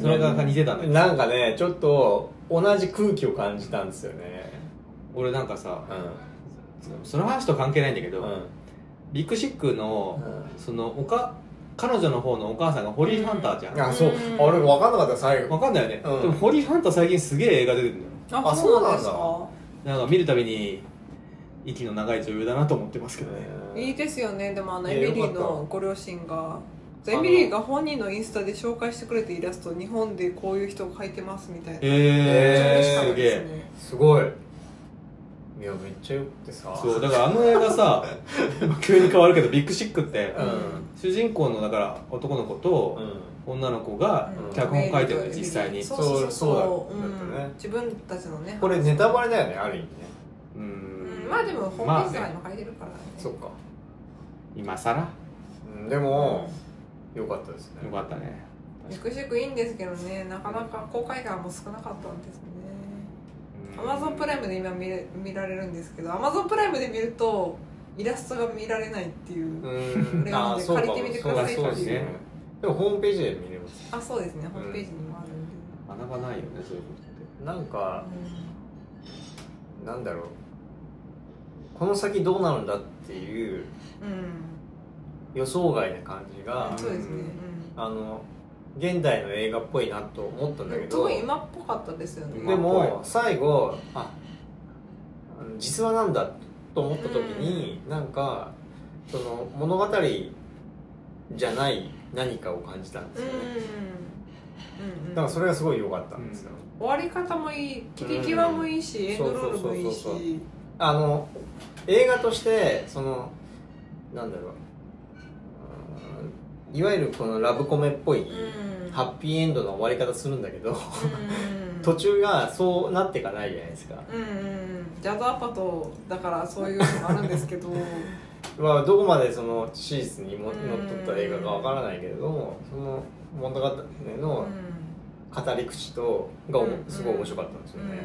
それが似てたんだ
た
けど
なんかねちょっと同じ空気を感じたんですよね
俺なんかさ
う
その話と関係ないんだけど、
ん
ビッグシックの、
う
そのおか彼女の方のお母さんがホリーハンターじゃん、
んあそう
うん
あれ分かんなかった最後
わかんないよね、
うん
でもホリーハンター最近すげえ映画出てるんだよ
あ
あ
そ
そうう
な
なんん
だ
ですか
なんか見るたびに息の長い女優だなと思ってますけどね、
いいですよねでもあの
い
エ
や
ミリー
よかっ
のご両親がエミリーが本人のインスタで紹介してくれてイラスト日本でこういう人を描いてますみたいな
え
えー
すげ
です
え
ね
すごいいやめっちゃよくてさ
そうだからあの映画さ急に変わるけどビッグシックって、
うん
主人公のだから男の子
う
と
ん
女の子が
うん
脚本書いてるのよ実際に
そうそう
そ
そ
うそう
う
だ
うん
だったね
自分たちのね
これネタバレだよねある意味ね
う
うんんまあでもホームページとかにも書いてるからね
そっか
今更よ
うんでもよかったですね
かったね
うん
ゆくしくいいんですけどねなかなか公開感も少なかったんですねアマゾンプライムで今見れ見られるんですけどアマゾンプライムで見るとイラストが見られないっていう、
う
こ
ん
れは
あ
ね
そうか
借りてみてください
そうか
っていう
そうですねでもホームページで見れます
あそうですねホームページにもあるんで、
穴がないよねそういうことって
なんかなんだろうこの先どうなるんだっていう
うん
予想外な感じが、
そうですね、
あの現代の映画っぽいなと思ったんだけ
うん、す
ど
ごい今っぽかったですよね
でも最後ああの実話なんだと思った時に、なんかその物語じゃない何かを感じたんです
うん
よ
うん
ね、
うんうん
だからそれがすごい良かったんですよ、
終わり方もいい切り際もいいし、
ん
エンドロールもいいし
そうそうそうそうあの映画としてそのなんだろううーんいわゆるこのラブコメっぽ
う
い、
ん
ハッピーエンドの終わり方するんだけど、
うん
途中がそうなってかないじゃないですか、
うんうんジャズアパートだからそういうのもあるんですけど
<laughs> まあ、どこまでその史実にものっとった映画かわからないけれどもその物語
うん
の語り口とがおも
うん
すごい面白かったんです
う
よね、
ん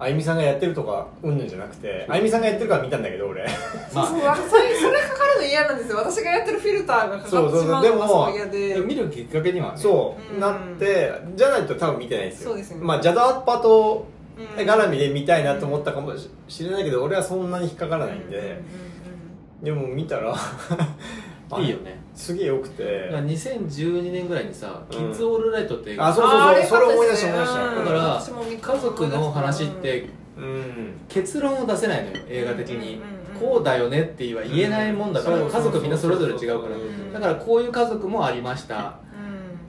あゆみさんがやってるとかうんぬんじゃなくてあゆみさんがやってるから見たんだけど俺
そうそう、あ、それそれかかるの嫌なんですよ私がやってるフィルターがかかってしまうのがすごい嫌で
でも見るきっかけにはね
そう、
うん
なってじゃないと多分見てないんですよ
そうですよね
まあジャダアッパと
うん
絡みで見たいなと思ったかもししれないけど俺はそんなに引っかからないんで、でも見たら
いいよね
すげえよくて
2012年ぐらいにさ「
うん
キッズ・オール・ライト」って映画
あそうそう
あ
そう
ー
それ思い出した
よ
思い
か
出
っで
した
すね
た
だから
私も見
家族の話って
うん
結論を出せないのよ映画的に、
うんうんうん
こうだよねっては言えないもんだから、
そう
家族みんなそれぞれ違うから、
そうそうそう
だからこういう家族もありました
うん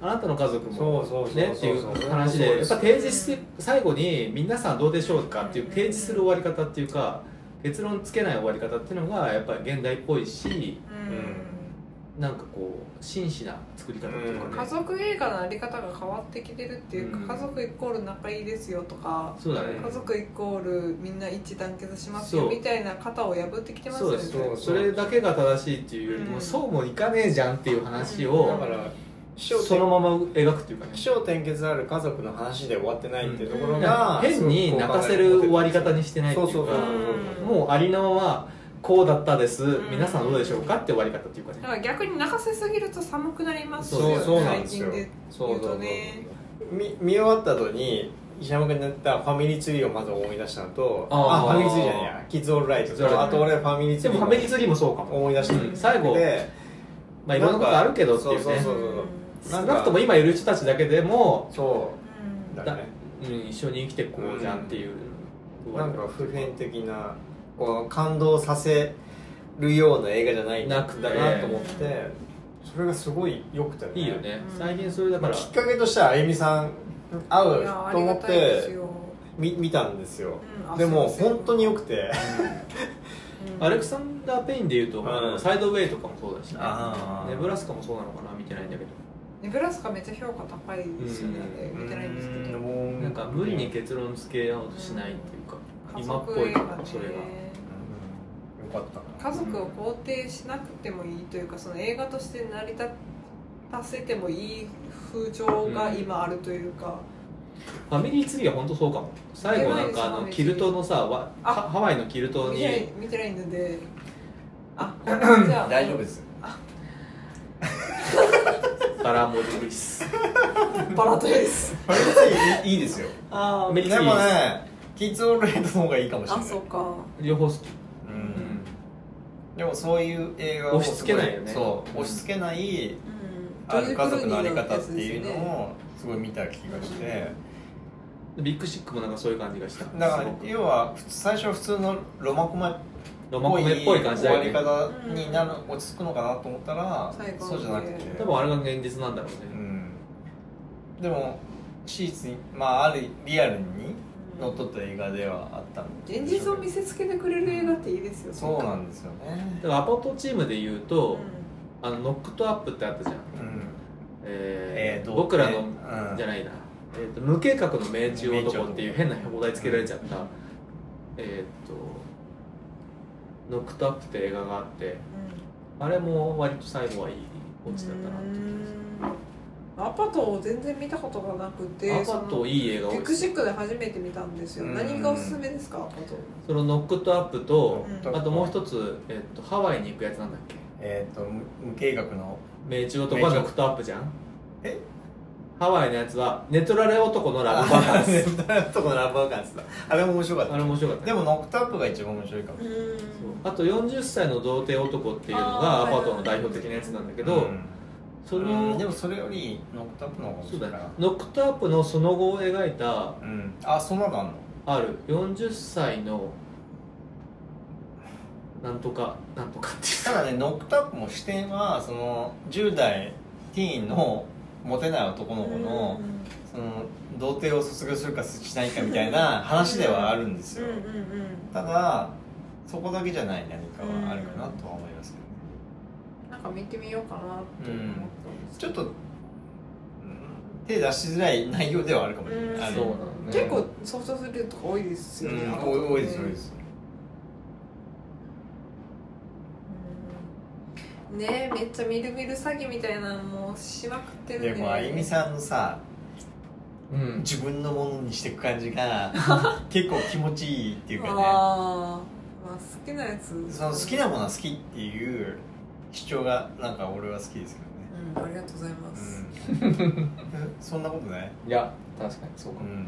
あなたの家族
そ
も
うそうそうそう
ねっていう話でやっぱ提示して最後に皆さんどうでしょうかっていう提示する終わり方っていうか結論つけない終わり方っていうのがやっぱり現代っぽいしなんかこう真摯な作り方っていう
うん
か
家
ね、
族映画のあり方が変わってきてるっていうか、
うん
家族イコール仲いいですよとか
そうだね
家族イコールみんな一致団結しますよ
そう
みたいな型を破ってきてます
そ
よ
う
ね
です
そう
それだけが正しいっていうよりも、
うん
そうもいかねえじゃんっていう話
だ
を
から気象
そのまま描くっていうかね
気象転結ある家族の話で終わってないっていうところ
うん
が、
変に泣かせる終わり方にしてないってい
そうそううそ
か
う
うん
もうありのままこうだったです
ん
皆さんどうでしょうかって終わり方っていうかね
だから逆に泣かせすぎると寒くなりますよ
そ
ね
うそうなんですよ
最近で
そ
言う
うそうそ
と
う
ね
み見終わった後に石山君になったファミリーツリーをまず思い出したのと
あー
あファミリーツリーじゃねえやキッズオールライト
キッズオール
と
ライ
あ
ト
と俺ファミリーツ
で
リ
も
ー
ファミリーツリーもそうかも
思い出した
うん最後
で
まあいろんなことあるけどっていう
そうそう
ね
そう
少なくとも今いる人たちだけでも
そ
うん
うだね
うん一緒に生きてこうじゃんっていう終わ
な
り
ん
方
か普遍的なこう感動させるような映画じゃないんだ
なくて
なと思ってそれがすごい良くて
いいよね
うん
最近それだから
きっかけとしてはあゆみさん会
いうやあ
と
りが
思った
いです
て
よ
見見たんですよ、
うんあ
で
そ
も
うですよ
本当によくて
うん
アレクサンダー・ペインでいうと
うん
サイドウェイとかもそうだしね
あー
ネブラスカもそうなのかな見てないんだけど
ネブラスカめっちゃ評価高いですよね
う
見てないんですけど
うん
なんか無理に結論付けようとしないっていうか、
家
今っぽ
族映
い
画
か
ね
らそれが、
よかったな
家族を肯定しなくてもいいというかその映画として成り立たせてもいい風潮が今あるというか、
ファミリーツリーは本当そうかも最後なんかあ
やば
の
いです
キルトのさわ
あ
ハハワイのキルト
見てない
に
見てないので
<laughs>
あこんなじゃあ
大丈夫です
バラモデルです
バラと
<laughs>
です
ファミリーツリーいいいいですよ
あ
ファ
ー
ミリー
で
ツリ
も
ー
ねキッズオンラインの方がいいかもしれ
あ
ない
そうか
両方好き、
う
うん
んでもそういう映画を
押し付けないよね
すごそう押し付けない
うん
ある家族のあり方っ
ジョージクルーニーやつ
て
です
い
よ
うの
ね
をすごい見た気がして
ビッグシックもなんかそういう感じがした
だか
す
ら
ごく
要は普通最初は普通のロマコメっ
ロマ
ぽ
コ
い
メっぽい感じだよね
終わり方になる落ち着くのかなと思ったら
最後
そうじゃなくて
多分あれが現実なんだろ
う
うね、
んでも史実にまああるリアルにのっとった映画ではあったんで
現実を見
せ
せつけてくれる映画っていいですよ
そうなんですよね
だからアパートチームで言う
う
と、
ん
あのノックトアップってあったじゃん、
うん
えー
えーと
僕らの、
うん
じゃないな、えー、と無計画の命中男っていう変な表題つけられちゃった、えっ、と「ノックトアップ」って映画があってあれも割と最後はいいオチだったなっていう気がする
うんアパートを全然見たことがなくて
アパートいい映
そ
画
のビッ
多いで
グ
す
シックで初めて見たんですよ
うん
何がおすすめですかアパート
そのノックトアップと、
うん
あともう一つ、えー、とハワイに行くやつなんだっけ
えっと無無計画の
命中男はノックトアップじゃん
え
ハワイのやつは寝取られ男のラブバランス
とこのラブバカンスだあれも面白かっ
あれ面白かった
でもノックトアップが一番面白いかも
うん
あと40歳の童貞男っていうの
あ
が
ー
アパートの代表的なやつなんだけ
け
ど、その、
でもそれよりノックトアップの方が面
そうだ
白いか
ね
な
ノックトアップのその後を描いた
うんあそんなのあんの
ある40歳のなんとかなんとかっていう
ただねノックトアップも視点はその10代ティーンのモテない男の子のその童貞を卒業するかしないかみたいな話ではあるんです
うん
よ
うんうん
ただそこだけじゃない何かはあるかなとは思いますけどね
なんか見てみようかなって思ったんです
ちょっとうん手出しづらい内容ではあるかもしれないあ
うん
の
そうなのね
結構想像するとこ多いですよね
う
ア
ん
パートね
多いです多いです
うんねえめっちゃみるみる詐欺みたいなのもしまくってる
でもあゆみ
ん
さんのさ
うん
自分のものにしていく感
<laughs>
じが結構気持ちいいっていうかね
あーまあ好きなやつ
その好きなものは好きっていう主張がなんか俺は好きですけ
うん、ありがとうございま
ど
す。
ね、
<laughs>
うん、そんなことない、
いや確かにそうか
う
も、
ん、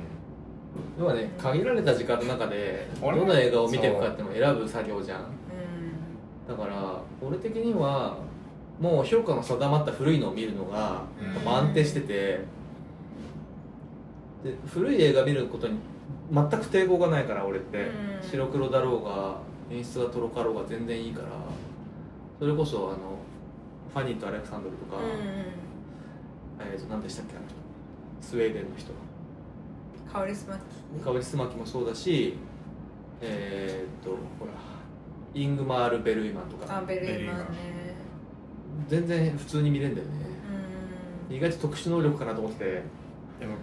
要はね限られた時間の中でど
俺も
の映画を見ていくかっていうのを選ぶ作業じゃん
う
だから俺的にはもう評価の定まった古いのを見るのが
うん
やっぱ安定しててで古い映画見ることに全く抵抗がないから俺って、
うん
白黒だろうが演出がとろかろうが全然いいからそれこそあのファニーとアレクサンドルとか、
ん、
えーと何でしたっけあの人スウェーデンの人
うん、香りすまき。
カウスマキもそうだしえっ、とほらイングマール・ベルイマンとか
あ、ベルイマンね。
全然普通に見れるんだよね
うん。
意外と特殊能力かなと思ってて
でも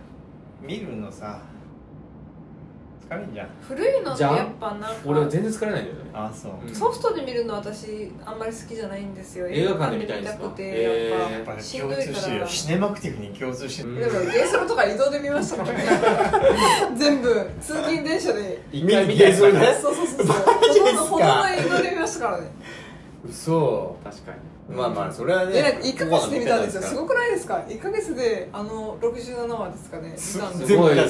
見るのさ疲れんじゃん
古いのって
じゃん
やっぱなん
俺は
か。
全然疲れないんだよね
あそう、
うん
ソフトで見るの私あんまり好きじゃないんですよ。
映画館で見たいんですか
映画館で見たくて、や
へ
っ
やっ
ぱ
ぱ。ね
しん
共
どい
通
か
してるよ
ら。
シネマクティブに共通してる、
うん
でも、ゲーセルとか移動で見ました
<laughs>
からね。全部、通勤電車で。
一
見
回
に
見たいか
行けそう
ら
ね
そうそうそうそう。
ジで
ほ
す
とんど、ほと
か
んど移動で見ましたからね。
嘘
確かに
まあまあそれはね
でなんか1ヶ月で見たんですよす
い
ごくないですか1ヶ月であの67話ですかね見たんです
全
よ
部
い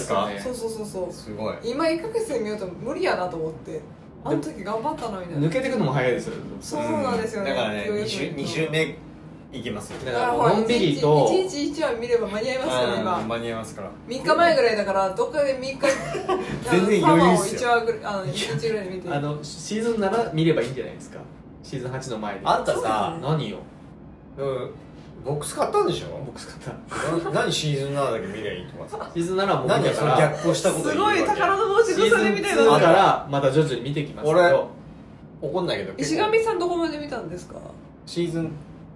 そうそうそうそう
すごい
今1ヶ月で見ようと無理やなと思ってあの時頑張ったのにな
抜けてくのも早いですよ
そうなんですよね
だからね
勢いよく
2週二週目いけますよ
だ
だか
か
らら
も
ほ
う
ら
のんびりと
1日1話見れば間に合いますからね
うん
今
間に合いますから
3日前ぐらいだからどっかで3日
全然
あの
余裕
パワ
っ
ーを
す
1話
よ
ぐらいあの1日ぐらいで見て
あのシーズン7見ればいいんじゃないですかシーズン8の前に
あんたさ
何よ
うんボックス買ったんでしょ
ボックス買っ
な何シーズン7だけ見りゃいいとかさ
たシーズン7はもう
何
見
が
た
そ
か
の
ら
逆行したこと
す
言うわ
ご
け
い宝の帽子
シーズン
それみたい
ツー
だか
な
らまた徐々に見ていきますけ
俺
ど
怒んないけど
石
結構
神さんどこまで見たんですか
シーズン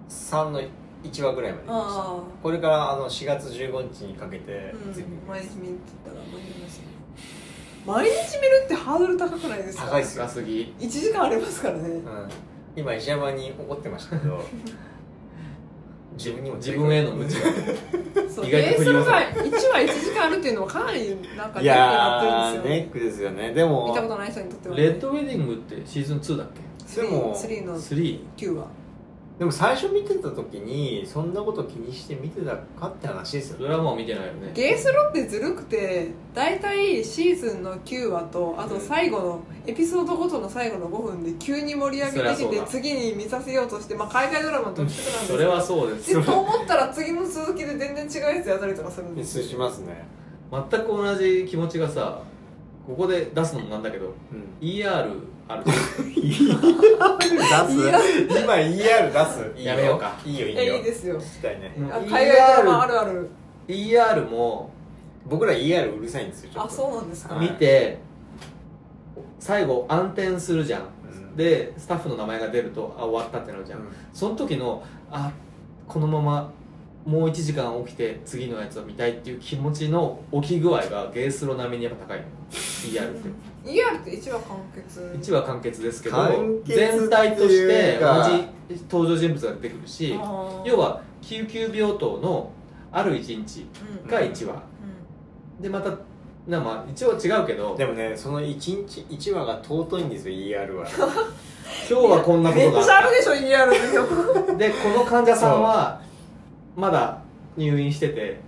3の
1話ぐらいまで見ました
あ
これからあの4月15日にかけて
あ、うん
ついてみま
毎日
す
見てたら毎日見ます毎日見るってハードル高くないですか
高いっすよ
高、すぎ
1時間ありますからね
うん、今石山に怒ってました
<laughs>
けど自分にも
自分への無知 <laughs> が
そう
意外と振り
レ
ま
ースが1
せん
話1時間あるっていうのはかなりなんか
い
ネックにな
や
ってるん
ー
です
ネ
よ、
ックですよねで
見たこ
も
とない人にとっては、
レッドウェディングってシーズン2だっけ
でも
3の
3
9話
でも最初見てた時にそんなこと気にして見てたかって話です
ド
よ
ラマを見てないよね
ゲースロってずるくて大体シーズンの9話とあと最後のエピソードごとの最後の5分で急に盛り上げて
そ
き
りゃそう
て
だ
次に見させようとして、まあ、海外ドラマの特色なんです
そ
け
れ
ど
はそうです
でと思ったら次の続きで全然違うやつやったりとかするんです
しますね
全く同じ気持ちがさここで出すのもなんだけど
うん
ER ある
出す今 ER 出す
やめようか
いいよいい
い
よ
やいいですよ
聞きたいね
うん
あ海外ドラマあ
ER,
るある
ER も
僕ら ER うるさいんですよちょっ
あ
と
そうなんですか
はい
見て、最後暗転するじゃん、
うん
でスタッフの名前が出るとあ終わったってなるじゃん、その時のあこのままもう1時間起きて次のやつを見たいっていう気持ちの起き具合がゲースロ並みにやっぱ高いの ER って
ER って1話完結
1話完結ですけど
完結っていうか
全体として同じ登場人物が出てくるし
あー
要は救急病棟のある1日
うん
が1話、
う
でまたなまあ一応違うけど
でもねその1日1話が尊いんですよ ER <laughs> は
今日はこんなこ
んめ
と
っ
があっ
ち
た
ゃあるでしょ ER
<laughs>
の曲
でこの患者さんはまだ入院してて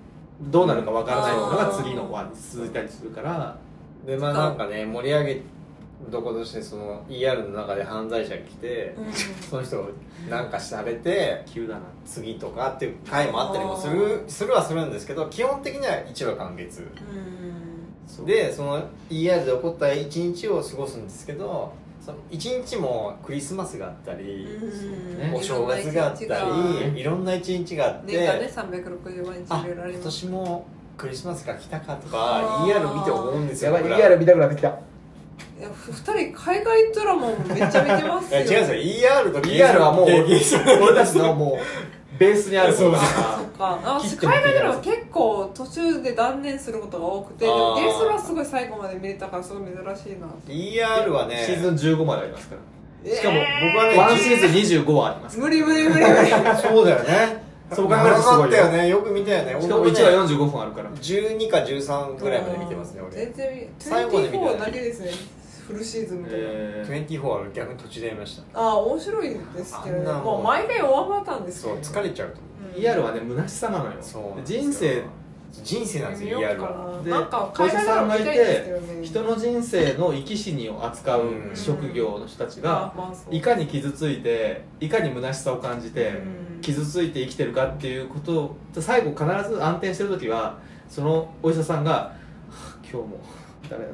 どうなるかわからないものが次の話に続いたりするから
でまあなんかね盛り上げどことしてその ER の中で犯罪者が来て、その人をなんかされて
急だな
次とかっていう回もあったりもするするはするんですけど基本的には1話完結
そう
でその ER で起こった1日を過ごすんですけどその1日もクリスマスがあったり、
ね
お正月があったりいろんな一日があって、
年間ね365日
あ
入れられ
今
ます
年もクリスマスが来たかと
あ
か
ー
ER 見て思うんですよ僕ら
見たくなってきた
いやふ二人海外ドラマもめっちゃ見てます
<laughs> いや
よ
違うんですよ ER と
ER はもう
経験者
俺たちのもうベースにあるものだか
そっかあ
切っ
私
ても
海
切れない
外ドラマ結構途中で断念することが多くてで
あ
も
ー
ゲストはすごい最後まで見れたからすごい珍しいな
ER は
ら
ね
シーズン15までありますか
しかも僕は
ら
ね
ワンシーズン25はあります
無理無理無理無理
そうだよね
そう考えるとすごいよ
長かったよねよく見たよね
しかも1
俺ね
話45分あるから
12か13ぐらいまで見てますね俺
全然
最後まで見てない
24だけですねフルシーズンみたいな、
え
24は逆に途中でやりました
ああ面白いですけど
あんな
ね
もん
もう毎回終わったんです
そ
よ
う疲れちゃうと思
ー ER はね虚しさなのよ
そう
人生
人生なんです
見
よ
よ
ER
う
は
か
で
ななんか海外ドラマ見たいですけどね
人の人生の生き死にを扱う職業の人たち
あ
が、
まあそう
いかに傷ついていかに虚しさを感じて、
うん
傷ついて生きてるかっていうことを最後必ず暗転してる時はそのお医者さんがはあ「今日もダメだっ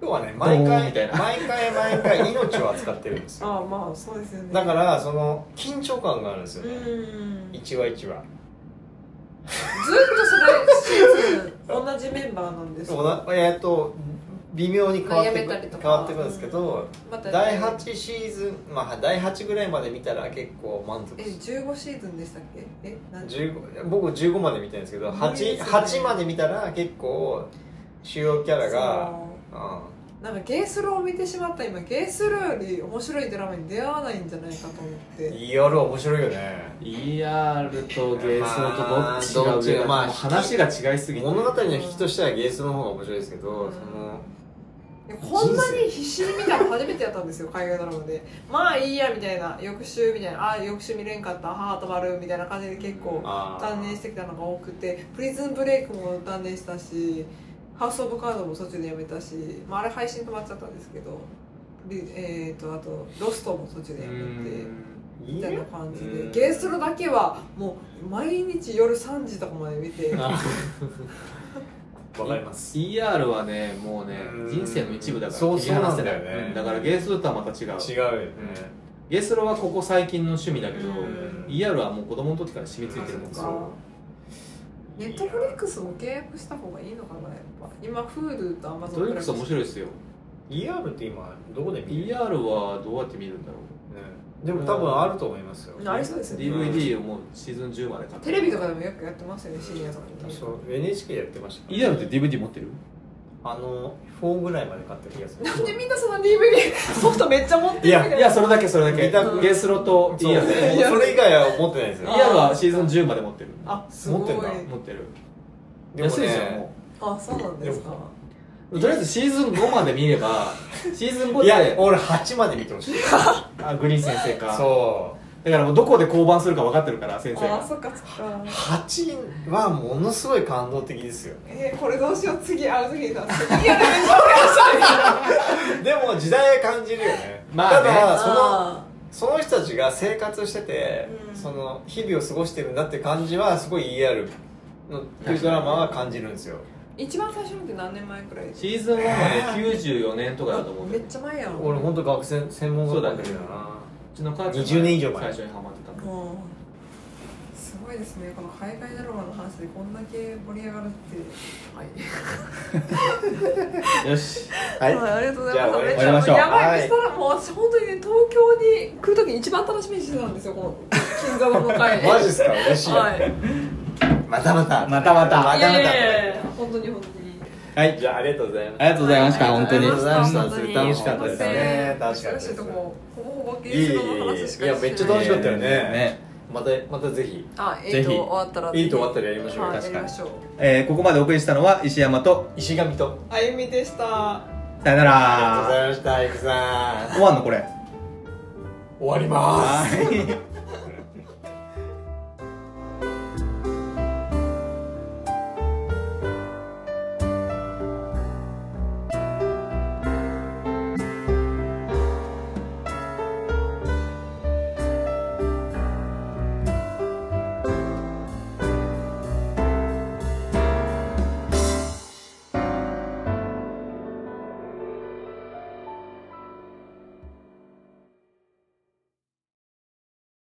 今日はね毎
どうも
回
みたいな
毎回毎回命を扱ってるんですよ
ああまあそうですよね
だからその緊張感があるんですよ
う
ね、
んずっ
一話一話
とそれシーズン同じメンバーなんです
おなえーっと微妙に変わ
ま
って
あやめた
く
りとか
変わってくるんですけど、
また
第8シーズンまあ第8ぐらいまで見たら結構満足
え
し
15シーズンでしたっけえ何
15僕15まで見たんですけど
無理ですね
8, 8まで見たら結構主要キャラが
そう
うん
なんかゲースローを見てしまった今ゲースローより面白いドラマに出会わないんじゃないかと思って
夜面白いよね
た」ER とゲースロとどっちが上だ
まあどっちがまあ
もう話が違いすぎて
物語の引きとしてはゲースの方が面白いですけど、
うん
その
いやこんなに必死に見たの初めてやったんですよ海外ドラマでまあいいやみたいな翌週みたいなあー翌週見れんかった母止まるみたいな感じで結構
あー
断念してきたのが多くてプリズンブレイクも断念したしハウス・オブ・カードも途中でやめたし、まあ、あれ配信止まっちゃったんですけどリえー、とあとロストも途中で
う
やめて。
ん
みたいな感じ
う
で
ん
ゲースロだけはもう毎日夜3時とかまで見て
あわかります
ER はねもうね
うん
人生の一部だから
そう
切り離せない
そうなんだよね
うんだからゲースロとはまた違う
違うよね、
ゲースロはここ最近の趣味だけど、
うん
ER はもう子供の時から染みついてるもん
そっか
い
ネ
や
ットフリックスも契約した方がいいのかなやっぱ今 Hulu と Amazon
ドリックス面白い
い
ですよ
ER って今どこで見る、ね
ER はどうやって見るんだろう
でも多分あると思いますよ、
ありそうですよね
DVD をもうシーズン10まで買って
テレビとかでもよくやってますよね、シニアさんに。
そう NHK でやってましたから
イダルって DVD 持ってる
あの4ぐらいまで買ってるやつ
なんでみんなその DVD ソフトめっちゃ持ってるみたいな。
いやそれだけそれだけ
見たく
ゲスロとイ
そう
ヤで
それ以外は持ってないです
イ
よ
ヤはシーズン10まで持ってる
あ、す
持っ
ごい
てん。だ
持ってる
でも
安いじゃん
ね
も
あ、そうなんですか
で。も
うとりあえずシーズン5まで見ればシーズン5
いや
で
俺8まで見てほしい
あグリーン先生か
そ
だからもうどこで降板するか分かってるから先生
あ、
が
そっかそっか
う。8はものすごい感動的ですよ
えー、これどうしよう、次、あ、次だ。次
でも時代は感じるよね,、
まあね
ただその
あ
その人たちが生活してて、
うん
その日々を過ごしてるんだって感じはすごい ER のっていうドラマは感じるんですよ
ー一番最初のって何年前くらいです
シーズン1はね94年とかだと思うん
め
だよ
っちゃ前やろ。
俺本当学生専門学校の時だ
そうだ
な
うちの母ちゃんが
20年以上前
最初にハマってたの
もうすごいですね、この海外ドラマの話でこんだけ盛り上がるって。はい。
よし
はい、
はい、ありがとうございます。めっ
じゃあ終わりまし
ち
ょ
ゃ
う
やばい、そしたらもう私本当にね東京に来るときに一番楽しみにしてたんですよこの金座の会。
マジっすか嬉しい、
はい。
またまた
またまた
またま
いやい
た
やいやいや本当に本当に。
はい
じゃあありがとうございます
ありがとうございました、本当に。
ありがとうございました
本当に楽しかったですね。
ね楽しかったで
し
す
いとこほぼほぼ
い
ゲ
いいいい
ストの話しかしてない
いやめっちゃ楽しかったよね,、
ね
またまたぜひ
あ、え
ぜ
っ
ひ
と終わったら
いいと終わったらやりましょうよ
はい、や
確
り
かに
ましょう。
えーここまでお送りしたのは石山と、
石神と
あゆみでした。
さよな
ありがとう
ら。
ございましたいくさん
終わんのこれ。
終わります
はい